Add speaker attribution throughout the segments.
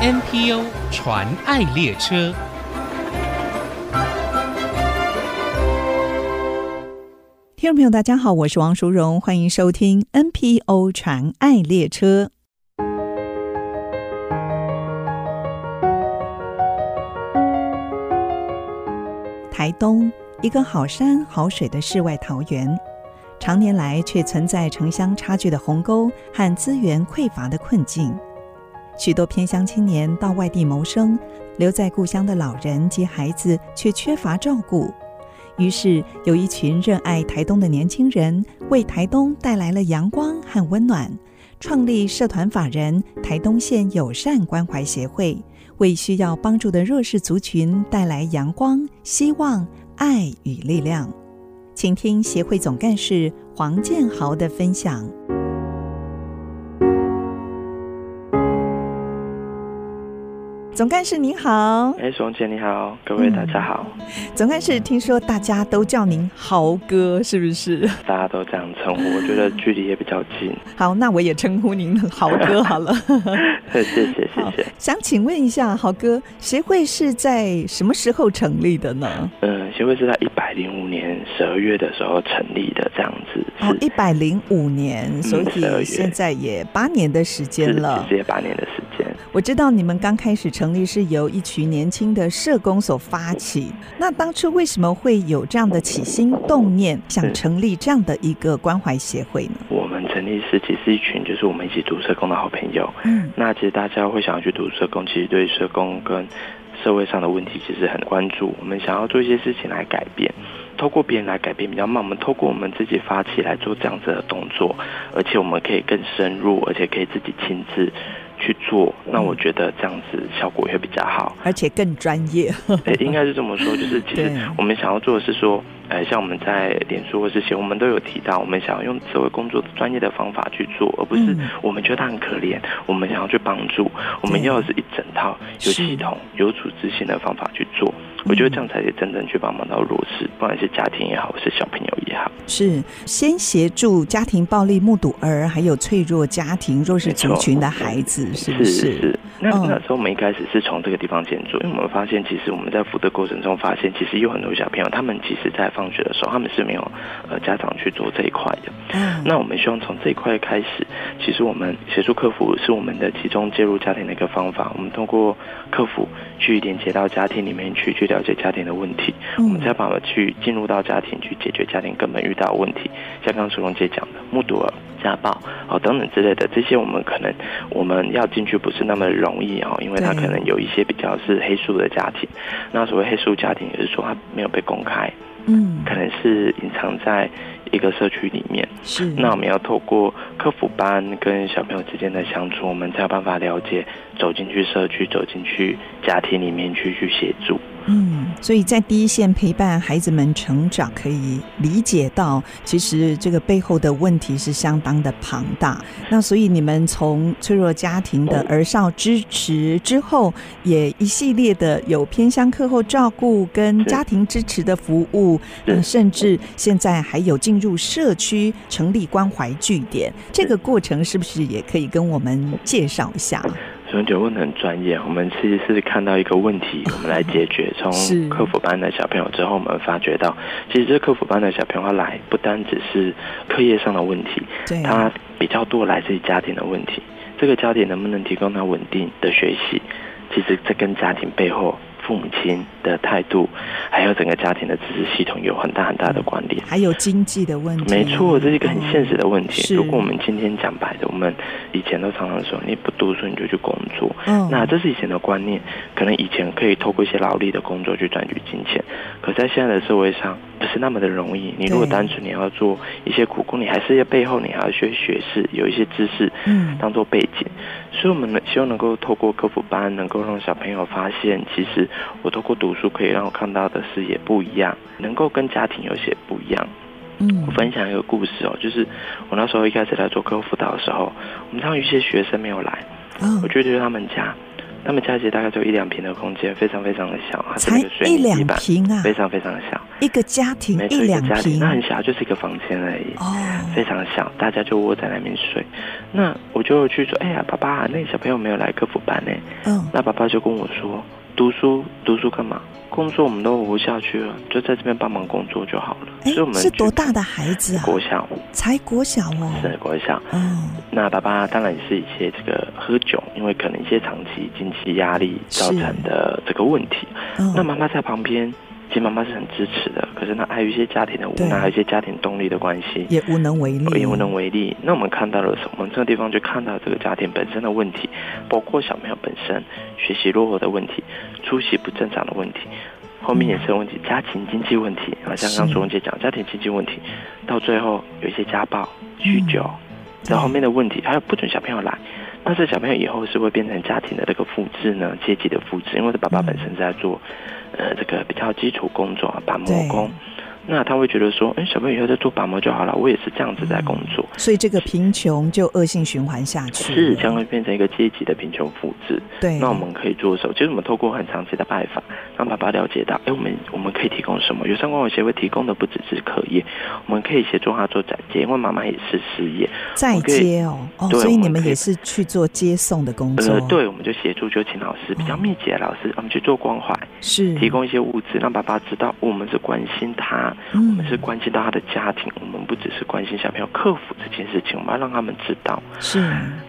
Speaker 1: NPO 传爱列车。
Speaker 2: 听众朋友，大家好，我是王淑荣，欢迎收听 NPO 传爱列车。台东，一个好山好水的世外桃源，常年来却存在城乡差距的鸿沟和资源匮乏的困境。许多偏乡青年到外地谋生，留在故乡的老人及孩子却缺乏照顾。于是，有一群热爱台东的年轻人，为台东带来了阳光和温暖，创立社团法人台东县友善关怀协会，为需要帮助的弱势族群带来阳光、希望、爱与力量。请听协会总干事黄建豪的分享。总干事您好，
Speaker 3: 哎，熊姐你好，各位
Speaker 2: 嗯
Speaker 3: 大家好，
Speaker 2: 总干事，听说大家都叫您豪哥，是不是？
Speaker 3: 大家都这样称呼，我觉得距离也比较近。
Speaker 2: 好，那我也称呼您豪哥好了。
Speaker 3: 谢谢谢
Speaker 2: 好
Speaker 3: 谢。
Speaker 2: 想请问一下，豪哥，协会是在什么时候成立的呢？
Speaker 3: 嗯，协会是在一百零五年十二月的时候成立的，这样子是
Speaker 2: 哦，一百零五年，所
Speaker 3: 12
Speaker 2: 以
Speaker 3: 月
Speaker 2: 现在也八年的时间
Speaker 3: 嗯是
Speaker 2: 了
Speaker 3: 直。接八年的时间。
Speaker 2: 我知道你们刚开始成立是由一群年轻的社工所发起，那当初为什么会有这样的起心动念，想
Speaker 3: 是
Speaker 2: 成立这样的一个关怀协会呢？
Speaker 3: 我们成立时期是一群就是我们一起读社工的好朋友。
Speaker 2: 嗯
Speaker 3: 那其实大家会想要去读社工，其实对社工跟社会上的问题其实很关注。我们想要做一些事情来改变，透过别人来改变比较慢，我们透过我们自己发起来做这样子的动作，而且我们可以更深入，而且可以自己亲自。去做，那我觉得这样子效果会比较好。
Speaker 2: 而且更专业。
Speaker 3: 诶，应该是这么说，就是其实
Speaker 2: 对
Speaker 3: 我们想要做的是说，呃，像我们在脸书或是写，我们都有提到，我们想要用社会工作专业的方法去做，而不是
Speaker 2: 嗯
Speaker 3: 我们觉得他很可怜，我们想要去帮助，我们要的是一整套有
Speaker 2: 是嗯
Speaker 3: 系统、有组织性的方法去做。我觉得这样才是真正去帮忙到弱势，不管是家庭也好，或是小朋友也好。
Speaker 2: 是先协助家庭暴力目睹儿，还有脆弱家庭弱势族群的孩子，是不
Speaker 3: 是
Speaker 2: 是？
Speaker 3: 那
Speaker 2: 嗯
Speaker 3: 那时候我们一开始是从这个地方先做，因为我们发现，其实我们在服务的过程中发现，其实有很多小朋友，他们其实在放学的时候，他们是没有呃家长去做这一块的。
Speaker 2: 啊
Speaker 3: 那我们希望从这一块开始，其实我们协助客服是我们的其中介入家庭的一个方法。我们通过客服去连接到家庭里面去，去了解家庭的问题，我们才
Speaker 2: 嗯，
Speaker 3: 把去进入到家庭去解决家庭根本遇到的问题。像刚刚苏荣姐讲的，目睹儿、家暴哦等等之类的，这些我们可能我们要进去不是那么容易哦，因为他
Speaker 2: 对
Speaker 3: 可能有一些比较是黑素的家庭。那所谓黑素家庭，也就是说他没有被公开，
Speaker 2: 嗯，
Speaker 3: 可能是隐藏在一个社区里面。
Speaker 2: 是
Speaker 3: 那我们要透过客服班跟小朋友之间的相处，我们才有办法了解走进去社区、走进去家庭里面去去协助。
Speaker 2: 嗯，所以在第一线陪伴孩子们成长，可以理解到，其实这个背后的问题是相当的庞大。那所以你们从脆弱家庭的儿少支持之后，也一系列的有偏向课后照顾跟
Speaker 3: 是
Speaker 2: 家庭支持的服务，
Speaker 3: 是
Speaker 2: 呃甚至现在还有进入社区成立关怀据点，这个过程是不是也可以跟我们介绍一下？
Speaker 3: 所以九问得很专业，我们其实是看到一个问题，我们来解决。
Speaker 2: 是
Speaker 3: 从客服班的小朋友之后，我们发觉到，其实这客服班的小朋友他来，不单只是课业上的问题，
Speaker 2: 对，
Speaker 3: 他比较多来自于家庭的问题。这个家庭能不能提供他稳定的学习，其实这跟家庭背后父母亲的态度，还有整个家庭的支持系统有很大很大的关联。
Speaker 2: 还有经济的问题，
Speaker 3: 没错，这是一个很现实的问
Speaker 2: 嗯是
Speaker 3: 题。如果我们今天讲白的，我们以前都常常说，你不读书你就去工作，
Speaker 2: 嗯。
Speaker 3: 那这是以前的观念，可能以前可以透过一些劳力的工作去赚取金钱，可在现在的社会上不是那么的容易。你如果
Speaker 2: 对
Speaker 3: 单纯你要做一些苦工，你还是要背后你还要学学识，有一些知识
Speaker 2: 嗯
Speaker 3: 当做背景。所以我们呢，希望能够透过科普班，能够让小朋友发现，其实我透过读书可以让我看到的视野不一样，能够跟家庭有些不一样。
Speaker 2: 嗯
Speaker 3: 我分享一个故事哦，就是我那时候一开始来做客户辅导的时候，我们常有一些学生没有来，
Speaker 2: 嗯
Speaker 3: 我就去他们家，他们加起来大概就一两平的空间，非常非常的小，啊它
Speaker 2: 才
Speaker 3: 是个水
Speaker 2: 一
Speaker 3: 泥
Speaker 2: 两
Speaker 3: 地板，
Speaker 2: 平啊，
Speaker 3: 非常非常的小，
Speaker 2: 一个家庭
Speaker 3: 没错，
Speaker 2: 一
Speaker 3: 一个
Speaker 2: 两
Speaker 3: 家庭
Speaker 2: 平
Speaker 3: 那很小，就是一个房间而已。
Speaker 2: 哦，
Speaker 3: 非常小，大家就窝在那边睡。那我就去说，哎呀，爸爸，那小朋友没有来客服班呢。
Speaker 2: 嗯，
Speaker 3: 那爸爸就跟我说，读书读书干嘛？工作我们都活下去了，就在这边帮忙工作就好了。
Speaker 2: 哎
Speaker 3: 所以我，们
Speaker 2: 是多
Speaker 3: 觉得
Speaker 2: 大的孩子啊？
Speaker 3: 国小
Speaker 2: 才国小
Speaker 3: 是
Speaker 2: 哦，
Speaker 3: 国小，
Speaker 2: 嗯，
Speaker 3: 那爸爸当然也是一些这个喝酒，因为可能一些长期经济压力造成的这个问题。
Speaker 2: 嗯
Speaker 3: 那妈妈在旁边，其实妈妈是很支持的，可是呢，碍于一些家庭的无
Speaker 2: 对
Speaker 3: 奈，还有一些家庭动力的关系，
Speaker 2: 也嗯无能为力，
Speaker 3: 也无能为力。那我们看到了什么？我们这个地方就看到这个家庭本身的问题，包括小朋友本身学习落后的问题、出席不正常的问题。后面衍生问题，家庭经济问题，好像刚刚
Speaker 2: 嗯是
Speaker 3: 楚文姐讲家庭经济问题，到最后有一些家暴、酗酒，
Speaker 2: 对
Speaker 3: 然后后面
Speaker 2: 嗯
Speaker 3: 的问题，还有不准小朋友来，但是小朋友以后是会变成家庭的这个复制呢，阶级的复制，因为他爸爸
Speaker 2: 嗯
Speaker 3: 本身在做，呃，这个比较基础工作啊，板模
Speaker 2: 对
Speaker 3: 工，那他会觉得说，哎，小朋友以后就做板模就好了，我也是这样子在工作，
Speaker 2: 所以这个贫穷就恶性循环下去了，
Speaker 3: 是将会变成一个阶级的贫穷复制。
Speaker 2: 对，
Speaker 3: 那我们可以做什么？就是我们透过很长期的拜访，让爸爸了解到，哎，我们我们可以提供什么？友善关怀协会提供的不只是课业，我们可以协助他做展接，因为妈妈也是失业，
Speaker 2: 再接哦，哦，
Speaker 3: 对
Speaker 2: 所以
Speaker 3: 我
Speaker 2: 你
Speaker 3: 们
Speaker 2: 们
Speaker 3: 可以
Speaker 2: 也是去做接送的工作，
Speaker 3: 呃，，对，我们就协助就请老师比较密集的老师，我们去做关怀，
Speaker 2: 是
Speaker 3: 提，供一些物资，让爸爸知道我们是关心他，我
Speaker 2: 嗯
Speaker 3: 们是关心到他的家庭，我们不只是关心小朋友克服这件事情，我们要让他们知道，
Speaker 2: 是，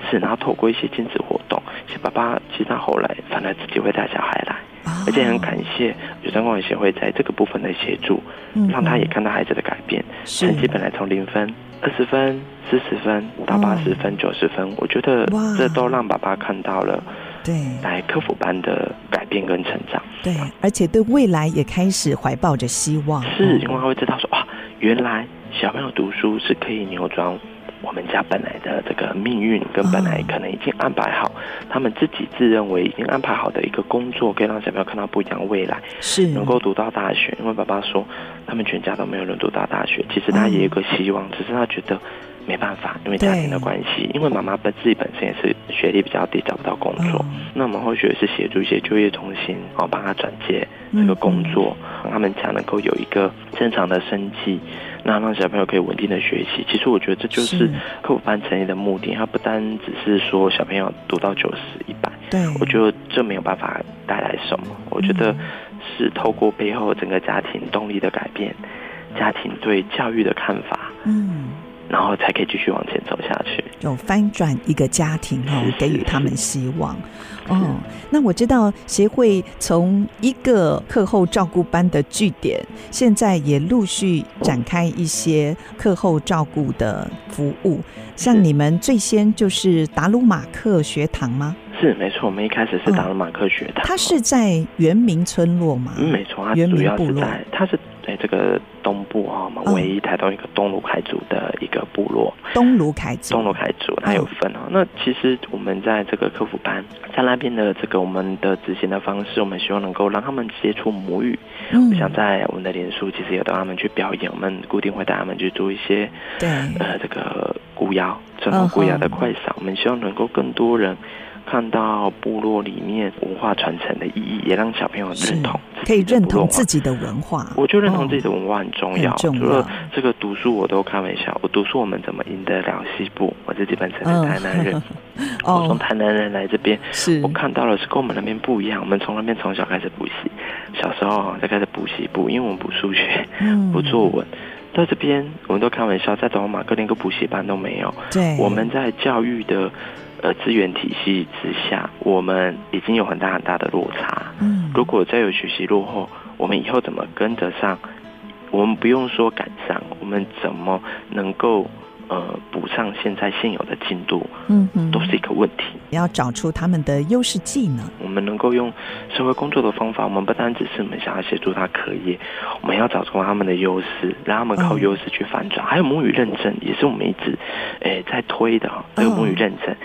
Speaker 3: 是，然后透过一些亲子活动，其实爸爸其实他后来反而自己会带小孩来，
Speaker 2: 嗯
Speaker 3: 而且很感
Speaker 2: 谢，
Speaker 3: 谢有山关怀协会在这个部分的协助，
Speaker 2: 嗯
Speaker 3: 让他也看到孩子的改变，
Speaker 2: 是
Speaker 3: 成绩本来从零分、二十分、四十分到
Speaker 2: 哦
Speaker 3: 八十分、九十分，我觉得
Speaker 2: 哇
Speaker 3: 这都让爸爸看到了。
Speaker 2: 对
Speaker 3: 来科普班的改变跟成长，
Speaker 2: 对，而且对未来也开始怀抱着希望，
Speaker 3: 是
Speaker 2: 哦
Speaker 3: 因为他会知道说啊，原来小朋友读书是可以扭转我们家本来的这个命运，跟本来可能已经安排好，他们自己自认为已经安排好的一个工作，可以让小朋友看到不一样的未来，
Speaker 2: 是
Speaker 3: 能够读到大学。因为爸爸说，他们全家都没有人读到大学，其实他也有一个希望，只是他觉得。没办法，因为家庭
Speaker 2: 对
Speaker 3: 的关系，因为妈妈本自己本身也是学历比较低，找不到工作，
Speaker 2: 嗯
Speaker 3: 那我们后续也是协助一些就业中心，哦，帮他转介
Speaker 2: 嗯
Speaker 3: 这个工作，让他们才能够有一个正常的生计，那让小朋友可以稳定的学习。其实我觉得这就是
Speaker 2: 是
Speaker 3: 科普班成立的目的，它不单只是说小朋友读到九十一百，
Speaker 2: 嗯对，
Speaker 3: 我觉得这没有办法带来什么。我觉
Speaker 2: 嗯
Speaker 3: 得是透过背后整个家庭动力的改变，家庭对教育的看法，
Speaker 2: 嗯。
Speaker 3: 然后才可以继续往前走下去。
Speaker 2: 有翻转一个家庭哦
Speaker 3: 是，
Speaker 2: 给予他们希望。哦，那我知道协会从一个课后照顾班的据点，现在也陆续展开一些课后照顾的服务。像
Speaker 3: 是
Speaker 2: 你们最先就是达鲁马克学堂吗？
Speaker 3: 是没错，我们一开始是达鲁马克学
Speaker 2: 嗯
Speaker 3: 堂，
Speaker 2: 它是在原民村落吗？
Speaker 3: 嗯，没错，它
Speaker 2: 原
Speaker 3: 主
Speaker 2: 民
Speaker 3: 要
Speaker 2: 部
Speaker 3: 是
Speaker 2: 落
Speaker 3: 在，它是在这个东部哈、我
Speaker 2: 嗯
Speaker 3: 们唯一台东一个东卢凯族的一个部落，
Speaker 2: 东卢凯族。
Speaker 3: 东卢凯族它有分
Speaker 2: 嗯
Speaker 3: 哦。那其实我们在这个客服班，在那边的这个我们的执行的方式，我们希望能够让他们接触母语。
Speaker 2: 嗯
Speaker 3: 我想在我们的脸书其实有带他们去表演，我们固定会带他们去做一些
Speaker 2: 对，
Speaker 3: 呃这个古谣，传统古谣的快闪，
Speaker 2: 嗯
Speaker 3: 我们希望能够更多人。看到部落里面文化传承的意义，也让小朋友
Speaker 2: 是
Speaker 3: 认同
Speaker 2: 可以认同
Speaker 3: 自己的部落文化
Speaker 2: 自己的文化。
Speaker 3: 我觉得认同
Speaker 2: 哦
Speaker 3: 自己的文化很重要，
Speaker 2: 很重
Speaker 3: 除
Speaker 2: 要
Speaker 3: 了。这个读书，我都开玩笑，我读书我们怎么赢得了西部？我自己本身是台南人，我
Speaker 2: 嗯 哦
Speaker 3: 从，台南人来这边，
Speaker 2: 是
Speaker 3: 我看到了是跟我们那边不一样。我们从那边从小开始补习，小时候啊就开始补习补，因为我们补数学、
Speaker 2: 嗯
Speaker 3: 补作文。在这边，我们都开玩笑，在找马克连个补习班都没有。
Speaker 2: 对，
Speaker 3: 我们在教育的呃资源体系之下，我们已经有很大很大的落差。
Speaker 2: 嗯，
Speaker 3: 如果再有学习落后，我们以后怎么跟得上？我们不用说赶上，我们怎么能够呃补上现在现有的进度，
Speaker 2: 嗯哼
Speaker 3: 都是一个问题。
Speaker 2: 要找出他们的优势技能，
Speaker 3: 我们能够用社会工作的方法，我们不单只是我们想要协助他课业，我们要找出他们的优势，让他们靠
Speaker 2: 嗯
Speaker 3: 优势去反转。还有母语认证也是我们一直诶、在推的哈，这个母语
Speaker 2: 嗯
Speaker 3: 认证、呃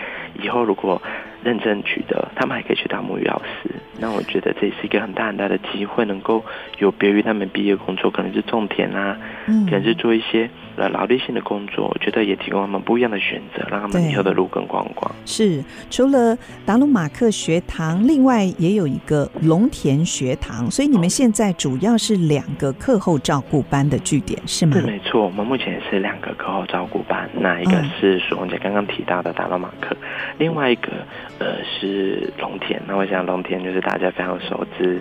Speaker 3: 以后如果认证取得，他们还可以去当母语老师。那我觉得这也是一个很大很大的机会，能够有别于他们毕业工作，可能是种田啊，
Speaker 2: 嗯
Speaker 3: 可能是做一些呃劳力性的工作，我觉得也提供他们不一样的选择，让他们
Speaker 2: 对
Speaker 3: 以后的路更宽广。
Speaker 2: 是，除了达鲁马克学堂，另外也有一个龙田学堂，所以你
Speaker 3: 哦
Speaker 2: 们现在主要是两个课后照顾班的据点，是吗
Speaker 3: 是？没错，我们目前是两个课后照顾班，那一个
Speaker 2: 嗯
Speaker 3: 是索文姐刚刚提到的达洛马克，另外一个呃是龙田。那我想龙田就是大家非常熟知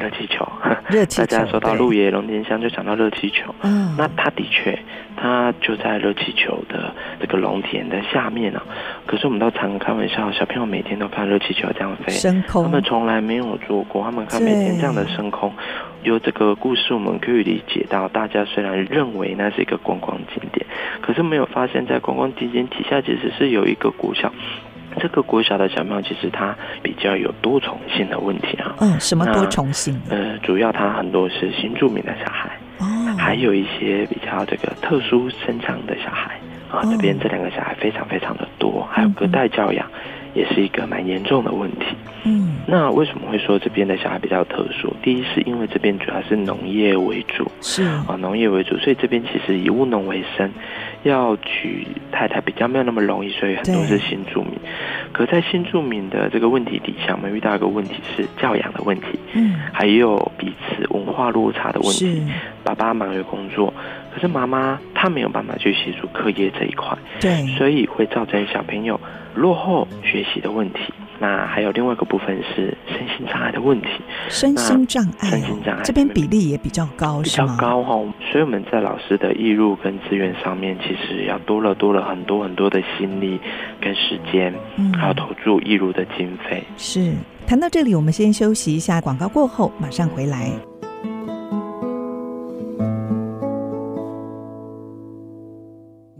Speaker 3: 热气球，
Speaker 2: 热 气
Speaker 3: 大
Speaker 2: 球
Speaker 3: 家说到
Speaker 2: 对
Speaker 3: 鹿野龙田乡就想到热气球。
Speaker 2: 啊，
Speaker 3: 那它的确，它就在热气球的这个龙田的下面啊。可是我们都常开玩笑，小朋友每天都看热气球这样飞，
Speaker 2: 升
Speaker 3: 他
Speaker 2: 空
Speaker 3: 们从来没有做过，他们看每天这样的升空。有这个故事，我们可以理解到，大家虽然认为那是一个观光景点，可是没有发现，在观光景点底下其实是有一个国小。这个国小的小朋友其实他比较有多重性的问题啊，
Speaker 2: 嗯，什么多
Speaker 3: 那
Speaker 2: 重性的
Speaker 3: 呃，主要他很多是新住民的小孩，
Speaker 2: 哦，
Speaker 3: 还有一些比较这个特殊身障的小孩啊
Speaker 2: 哦，
Speaker 3: 这边这两个小孩非常非常的多，还有隔代教养，也是一个蛮严重的问题。
Speaker 2: 嗯
Speaker 3: 那为什么会说这边的小孩比较特殊？第一是因为这边主要是农业为主
Speaker 2: 是
Speaker 3: 啊，农业为主，所以这边其实以务农为生，要娶太太比较没有那么容易，所以很多
Speaker 2: 对
Speaker 3: 是新住民。可在新住民的这个问题底下，我们遇到一个问题是教养的问题，
Speaker 2: 嗯
Speaker 3: 还有彼此文化落差的问
Speaker 2: 是
Speaker 3: 题。，爸爸忙于工作，可是妈妈她没有办法去协助课业这一块。
Speaker 2: 对
Speaker 3: 所以会造成小朋友落后学习的问题。那还有另外一个部分是身心障碍的问题
Speaker 2: 身心障碍哦，
Speaker 3: 身心障碍
Speaker 2: 这边比例也比较高，
Speaker 3: 比
Speaker 2: 是
Speaker 3: 较
Speaker 2: 吗？
Speaker 3: 高哈、哦，所以我们在老师的义入跟资源上面，其实要多了多了很多很多的心力跟时间，
Speaker 2: 嗯，
Speaker 3: 还有投注义入的经费。
Speaker 2: 是。谈到这里，我们先休息一下，广告过后马上回来。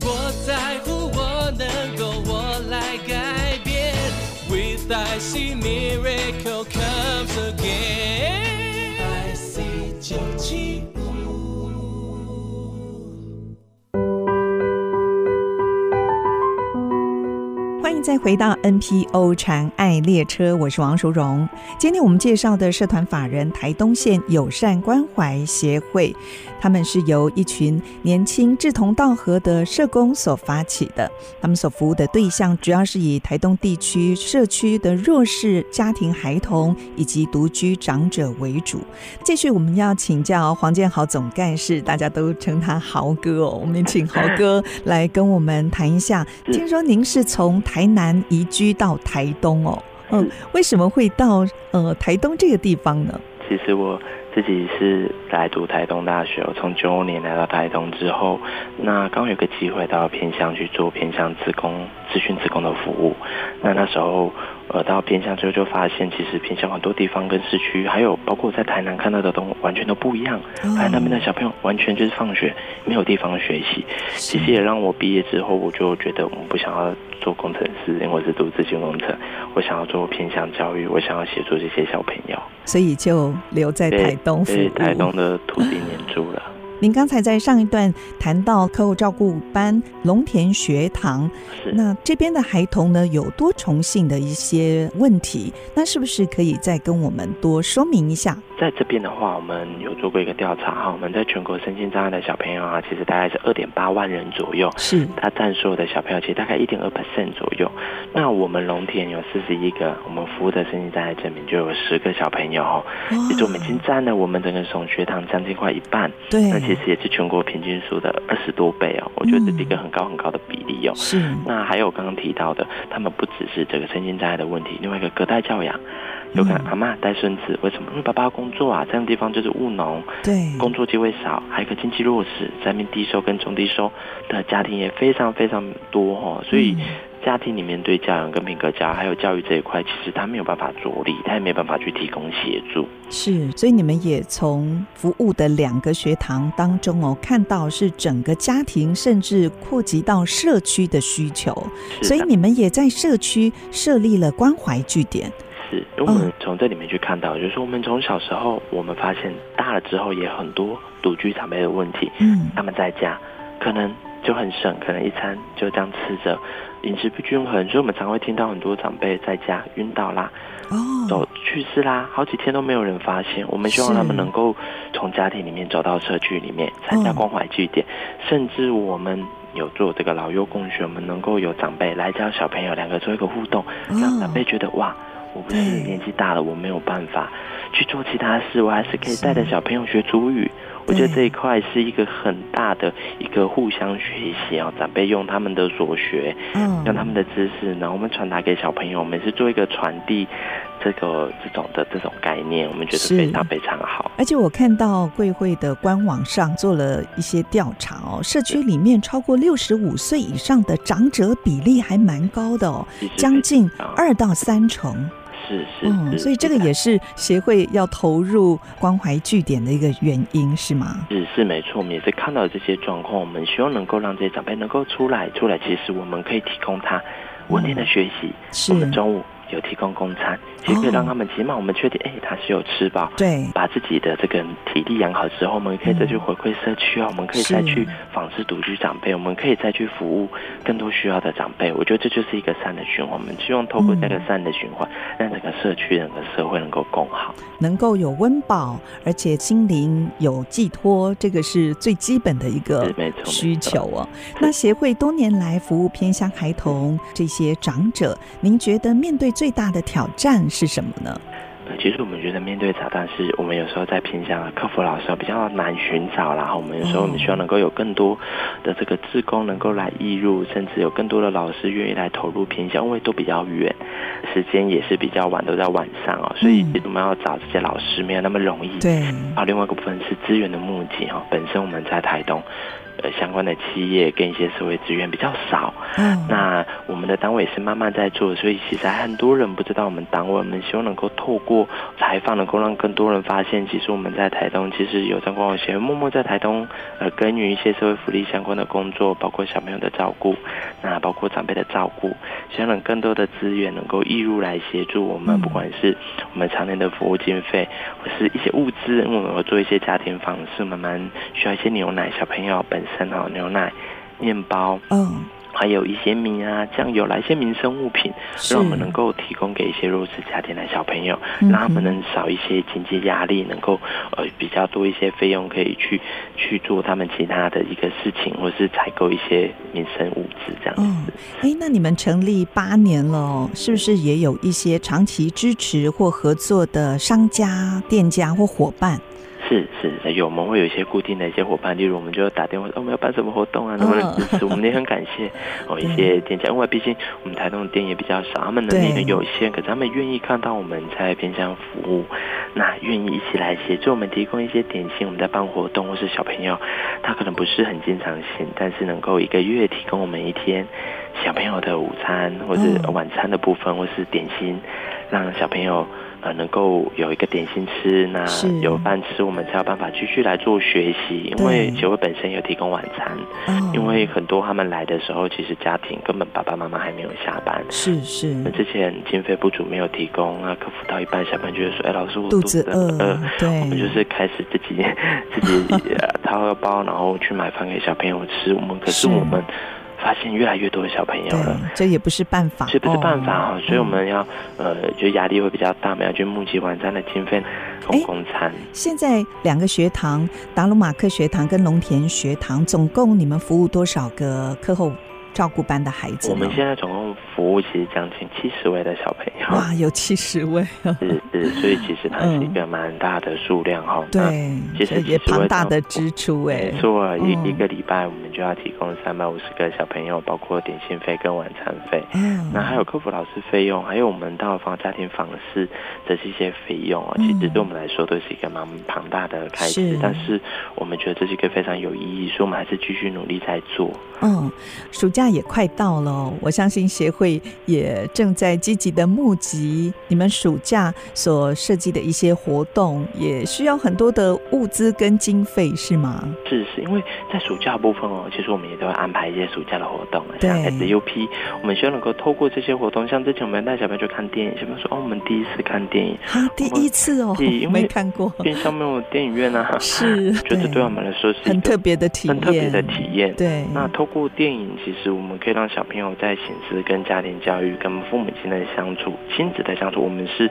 Speaker 1: 我在乎我能够我来改变。With I see miracle comes again。I see 九七
Speaker 2: 欢迎再回到 NPO 禅爱列车，我是王淑荣。今天我们介绍的社团法人台东县友善关怀协会，他们是由一群年轻志同道合的社工所发起的。他们所服务的对象主要是以台东地区社区的弱势家庭、孩童以及独居长者为主。继续，我们要请教黄建豪总干事，大家都称他豪哥哦。我们请豪哥来跟我们谈一下。
Speaker 3: 嗯
Speaker 2: 听说您是从台南移居到台东哦，嗯、
Speaker 3: 是
Speaker 2: 为什么会到呃台东这个地方呢？
Speaker 3: 其实我自己是来读台东大学，我从九五年来到台东之后，那刚好有个机会到偏乡去做偏乡职工、资讯职工的服务。那那时候，呃，到偏乡之后就发现，其实偏乡很多地方跟市区，还有包括我在台南看到的东完全都不一样。
Speaker 2: 嗯
Speaker 3: 台南那边的小朋友完全就是放学没有地方学习，其
Speaker 2: 哦
Speaker 3: 实也让我毕业之后，我就觉得我不想要做工程师，因为我是读资讯工程，我想要做偏乡教育，我想要协助这些小朋友。
Speaker 2: 所以就留在台东服
Speaker 3: 被
Speaker 2: 务。
Speaker 3: 台东的土地黏住了。
Speaker 2: 您刚才在上一段谈到客户照顾班、龙田学堂，
Speaker 3: 是，
Speaker 2: 那这边的孩童呢有多重性的一些问题，那是不是可以再跟我们多说明一下？
Speaker 3: 在这边的话，我们有做过一个调查哈，我们在全国身心障碍的小朋友啊，其实大概是二点八万人左右。
Speaker 2: 是
Speaker 3: 它占所有的小朋友其实大概一点二 percent 左右。那我们龙田有四十一个，我们服务的身心障碍证明就有十个小朋友哦，
Speaker 2: 哇
Speaker 3: 其实我们已经占了我们整个总学堂将近快一半。
Speaker 2: 对
Speaker 3: 那，其实也是全国平均数的二十多倍哦，我觉得这是一个很高很高的比例哦。
Speaker 2: 是
Speaker 3: 那还有刚刚提到的，他们不只是这个身心障碍的问题，另外一个隔代教养，
Speaker 2: 嗯
Speaker 3: 有可能阿嬷带孙子，为什么？因为爸爸要工作啊，这样的地方就是务农，
Speaker 2: 对，
Speaker 3: 工作机会少，还有一个经济弱势，在面低收跟中低收的家庭也非常非常多
Speaker 2: 嗯
Speaker 3: 哦，所以。家庭里面对教养跟品格教养还有教育这一块，其实他没有办法着力，他也没办法去提供协助。
Speaker 2: 是，所以你们也从服务的两个学堂当中哦，看到是整个家庭，甚至扩及到社区的需求，
Speaker 3: 是
Speaker 2: 所以
Speaker 3: 的
Speaker 2: 你们也在社区设立了关怀据点。
Speaker 3: 是，因为我
Speaker 2: 嗯
Speaker 3: 们从这里面去看到，就是我们从小时候，我们发现大了之后也很多独居长辈的问题，
Speaker 2: 嗯，
Speaker 3: 他们在家可能就很省，可能一餐就这样吃着，饮食不均衡，所以我们常会听到很多长辈在家晕倒啦、
Speaker 2: 哦，
Speaker 3: 走去世啦，好几天都没有人发现。我们希望
Speaker 2: 是
Speaker 3: 他们能够从家庭里面走到社区里面，参加
Speaker 2: 嗯
Speaker 3: 关怀据点，甚至我们。有做这个老幼共学，我们能够有长辈来教小朋友两个做一个互动，让长辈啊觉得哇，我不是
Speaker 2: 哦对
Speaker 3: 年纪大了，我没有办法去做其他事，我还是可以带着
Speaker 2: 是
Speaker 3: 小朋友学主语。我觉得
Speaker 2: 对
Speaker 3: 这一块是一个很大的一个互相学习啊，长辈用他们的所学，
Speaker 2: 嗯，
Speaker 3: 用他们的知识，然后我们传达给小朋友，我们是做一个传递这个这种的这种概念，我们觉
Speaker 2: 是
Speaker 3: 得非常非常好。
Speaker 2: 而且我看到贵会的官网上做了一些调查哦，社区里面超过六十五岁以上的长者比例还蛮高的哦，
Speaker 3: 其实
Speaker 2: 将近
Speaker 3: 非常
Speaker 2: 二到三成。
Speaker 3: 是是
Speaker 2: 嗯，
Speaker 3: 是，
Speaker 2: 所以这个也是协会要投入关怀据点的一个原因，是吗？
Speaker 3: 是是没错，我们也是看到这些状况，我们希望能够让这些长辈能够出来出来。其实我们可以提供他稳定的学习，
Speaker 2: 嗯是哦
Speaker 3: 我，们中午有提供公餐，其实可以让他们起码我们确定，哎、他是有吃饱，
Speaker 2: 对，
Speaker 3: 把自己的这个体力养好之后，我们可以再去回馈社区啊，我们可以
Speaker 2: 是
Speaker 3: 再去访视独居长辈，我们可以再去服务更多需要的长辈。我觉得这就是一个善的循环，我们希望透过这个
Speaker 2: 嗯
Speaker 3: 善的循环，让整个社区、整个社会能够共好。
Speaker 2: 能够有温饱，而且心灵有寄托，这个是最基本的一个
Speaker 3: 是没错没错
Speaker 2: 需求哦。那协会多年来服务偏乡孩童这些长者，您觉得面对最大的挑战是什么呢？
Speaker 3: 呃，其实我们觉得面对挑战是，我们有时候在偏向客服老师比较难寻找啦，然后我们有时候我们希望能够有更多的这个志工能够来义入，甚至有更多的老师愿意来投入偏向，因为都比较远，时间也是比较晚，都在晚上哦，所以
Speaker 2: 嗯
Speaker 3: 其实我们要找这些老师没有那么容易。
Speaker 2: 对，
Speaker 3: 啊，另外一个部分是资源的募集哈、哦，本身我们在台东，呃，相关的企业跟一些社会资源比较少，
Speaker 2: 嗯，
Speaker 3: 那我们的单位也是慢慢在做，所以其实还很多人不知道我们单位，我们希望能够透过采访，能够让更多人发现，其实我们在台东，其实有张光荣协会默默在台东呃耕耘一些社会福利相关的工作，包括小朋友的照顾，那包括长辈的照顾，希望能更多的资源能够义入来协助我
Speaker 2: 嗯
Speaker 3: 们，不管是我们常年的服务经费，或是一些物资，因为我们有做一些家庭访视，慢慢需要一些牛奶，小朋友本身哈、牛奶、面包。
Speaker 2: 嗯，
Speaker 3: 还有一些米啊、酱油啦，一些民生物品，
Speaker 2: 是
Speaker 3: 让我们能够提供给一些弱势家庭的小朋友，
Speaker 2: 嗯哼
Speaker 3: 让他们能少一些经济压力，能够呃比较多一些费用可以去去做他们其他的一个事情，或是采购一些民生物资这样子。
Speaker 2: 嗯，哎，那你们成立八年了哦，是不是也有一些长期支持或合作的商家、店家或伙伴？
Speaker 3: 是是，有我们会有一些固定的一些伙伴，例如我们就打电话说、哦我们要办什么活动啊，
Speaker 2: 嗯
Speaker 3: 能不能支持？我们也很感 谢哦一些店家，因为毕竟我们台东的店也比较少，他们能力
Speaker 2: 对
Speaker 3: 很有限，可是他们愿意看到我们在偏向服务，那愿意一起来协助我们提供一些点心。我们在办活动或是小朋友，他可能不是很经常性，但是能够一个月提供我们一天小朋友的午餐或是
Speaker 2: 嗯
Speaker 3: 晚餐的部分，或是点心，让小朋友。呃，能够有一个点心吃，那
Speaker 2: 是
Speaker 3: 有饭吃，我们才有办法继续来做学习。
Speaker 2: 对
Speaker 3: 因为协会本身有提供晚餐，
Speaker 2: 哦，
Speaker 3: 嗯因为很多他们来的时候，其实家庭根本爸爸妈妈还没有下班。
Speaker 2: 是是
Speaker 3: 我们之前经费不足，没有提供，那客服到一半，小朋友就会说：“哎，老师，我
Speaker 2: 肚子饿
Speaker 3: 饿。，呃
Speaker 2: 对，
Speaker 3: 我们就是开始自己 自己呃掏个包，然后去买饭给小朋友吃。我们可
Speaker 2: 是
Speaker 3: 是我们发现越来越多的小朋友
Speaker 2: 对
Speaker 3: 了，，
Speaker 2: 这也不是办法，
Speaker 3: 所以不是办法哈、
Speaker 2: 哦
Speaker 3: 所以我
Speaker 2: 嗯
Speaker 3: 们要呃，就压力会比较大，我们要去募集晚餐的经费，
Speaker 2: 哎
Speaker 3: 供公餐。
Speaker 2: 现在两个学堂，达鲁马克学堂跟龙田学堂，总共你们服务多少个课后照顾班的孩子呢？
Speaker 3: 我们现在总共服务其实将近七十位的小朋友，
Speaker 2: 哇，有七十位，
Speaker 3: 是是，所以其实它是一个蛮大的数量哈、那
Speaker 2: 对，
Speaker 3: 其
Speaker 2: 这
Speaker 3: 实
Speaker 2: 也
Speaker 3: 70位
Speaker 2: 庞大
Speaker 3: 照
Speaker 2: 的
Speaker 3: 顾
Speaker 2: 支出哎
Speaker 3: 没，错，一、
Speaker 2: 嗯
Speaker 3: 一个礼拜我们就要提供三百五十个小朋友，包括点心费跟晚餐费。
Speaker 2: 嗯
Speaker 3: 那还有客服老师费用，还有我们到访家庭访视的这些费用啊，其实
Speaker 2: 嗯
Speaker 3: 对我们来说都是一个蛮庞大的开支，
Speaker 2: 是
Speaker 3: 但是我们觉得这是一个非常有意义，所以我们还是继续努力在做。
Speaker 2: 嗯，暑假。假也快到了哦，我相信协会也正在积极的募集你们暑假所设计的一些活动，也需要很多的物资跟经费，是吗？
Speaker 3: 是是，因为在暑假部分哦，其实我们也都会安排一些暑假的活动，啊
Speaker 2: 对
Speaker 3: 像 SUP，我们希望能够透过这些活动，像之前我们带小朋友去看电影，小朋友说哦，我们第一次看电影，
Speaker 2: 啊，第一次哦
Speaker 3: 第一，因为
Speaker 2: 没看过，
Speaker 3: 因为像没有电影院啊，
Speaker 2: 是，
Speaker 3: 觉得对我们来说是一
Speaker 2: 哦很
Speaker 3: 个
Speaker 2: 特别的体验，
Speaker 3: 很特别的体验。
Speaker 2: 对，
Speaker 3: 那透过电影，其实我们可以让小朋友在寝室跟家庭教育、跟父母亲的相处、亲子的相处。我们是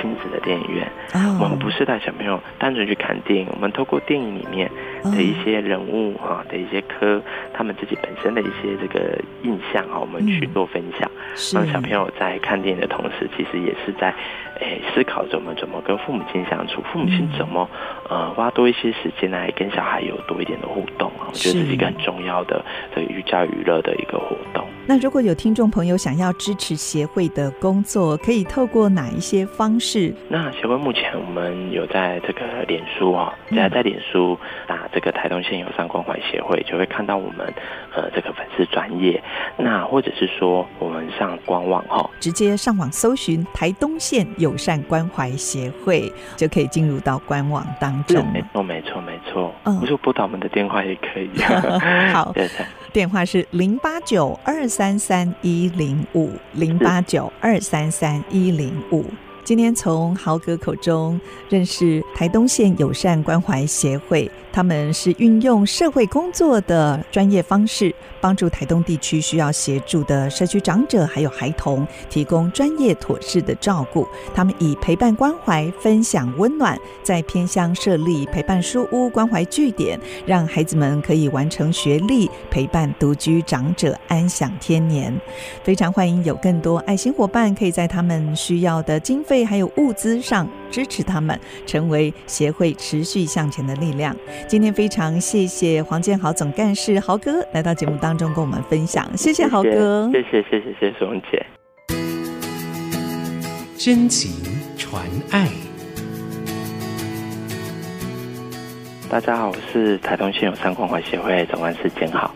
Speaker 3: 亲子的电影院，
Speaker 2: 哦
Speaker 3: 我们不是带小朋友单纯去看电影，我们透过电影里面
Speaker 2: 哦
Speaker 3: 的
Speaker 2: 嗯
Speaker 3: 一些人物啊的一些科，他们自己本身的一些这个印象啊，我们去
Speaker 2: 嗯
Speaker 3: 做分享，
Speaker 2: 是
Speaker 3: 让小朋友在看电影的同时，其实也是在诶思考怎么怎么跟父母亲相处，父母亲
Speaker 2: 嗯
Speaker 3: 怎么呃花多一些时间来跟小孩有多一点的互动啊，我觉
Speaker 2: 是
Speaker 3: 得这是一个很重要的这个寓教于乐的一个活动。
Speaker 2: 那如果有听众朋友想要支持协会的工作，可以透过哪一些方式？
Speaker 3: 那协会目前我们有在这个脸书啊，
Speaker 2: 嗯
Speaker 3: 只要在脸书打这个台东县友善关怀协会，就会看到我们呃这个粉丝专业，那或者是说我们上官网哈、
Speaker 2: 直接上网搜寻台东县友善关怀协会，就可以进入到官网当中。
Speaker 3: 没错没错没错，
Speaker 2: 嗯
Speaker 3: 不是拨打我们的电话也可以。
Speaker 2: 好
Speaker 3: 对对，
Speaker 2: 电话是零八九二三三一零五零八九二三三一零五。今天从豪哥口中认识台东县友善关怀协会，他们是运用社会工作的专业方式，帮助台东地区需要协助的社区长者还有孩童提供专业妥适的照顾。他们以陪伴关怀、分享温暖，在偏乡设立陪伴书屋、关怀据点，让孩子们可以完成学历，陪伴独居长者安享天年。非常欢迎有更多爱心伙伴可以在他们需要的经费还有物资上支持他们，成为协会持续向前的力量。今天非常谢谢黄建豪总干事豪哥来到节目当中跟我们分享，谢谢豪哥。
Speaker 3: 谢谢谢谢谢谢苏荣姐。
Speaker 1: 真情传爱。
Speaker 3: 大家好，我是台东县友善关怀协会总干事简好。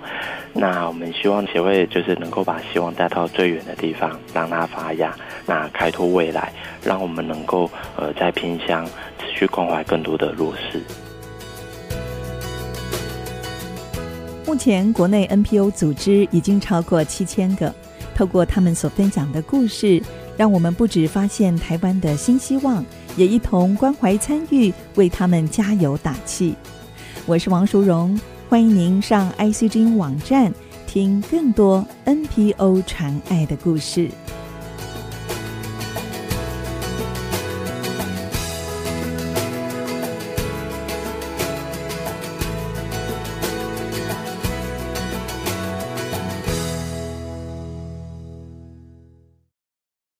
Speaker 3: 那我们希望协会就是能够把希望带到最远的地方，让它发芽，那开拓未来，让我们能够呃在偏乡持续关怀更多的弱势。
Speaker 2: 目前，国内 NPO 组织已经超过七千个。透过他们所分享的故事，让我们不止发现台湾的新希望，也一同关怀参与，为他们加油打气。我是王淑荣，欢迎您上 IC 之音网站听更多 NPO 传爱的故事。